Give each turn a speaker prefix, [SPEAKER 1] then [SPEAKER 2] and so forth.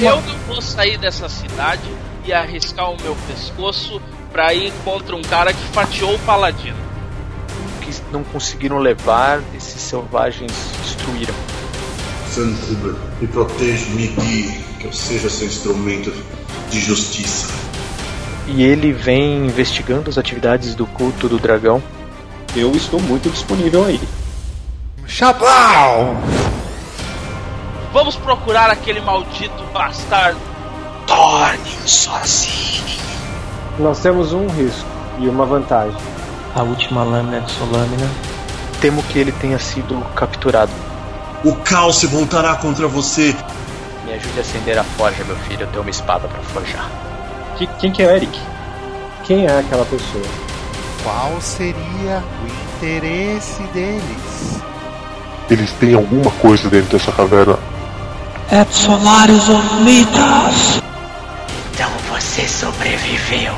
[SPEAKER 1] eu não vou sair dessa cidade e arriscar o meu pescoço pra ir contra um cara que fatiou o paladino.
[SPEAKER 2] que não conseguiram levar, esses selvagens destruíram.
[SPEAKER 3] Zancuber, me protege, me guie, que eu seja seu instrumento de justiça.
[SPEAKER 2] E ele vem investigando as atividades do culto do dragão.
[SPEAKER 4] Eu estou muito disponível aí.
[SPEAKER 5] Chablau!
[SPEAKER 1] Vamos procurar aquele maldito bastardo.
[SPEAKER 6] Nós temos um risco e uma vantagem.
[SPEAKER 7] A última lâmina de sua lâmina.
[SPEAKER 2] Temo que ele tenha sido capturado.
[SPEAKER 3] O caos se voltará contra você.
[SPEAKER 2] Me ajude a acender a forja, meu filho. Eu tenho uma espada pra forjar.
[SPEAKER 4] Que- quem que é o Eric?
[SPEAKER 6] Quem é aquela pessoa?
[SPEAKER 5] Qual seria o interesse deles?
[SPEAKER 8] Eles têm alguma coisa dentro dessa caverna.
[SPEAKER 7] Et Solaris Omnitas!
[SPEAKER 9] Então você sobreviveu.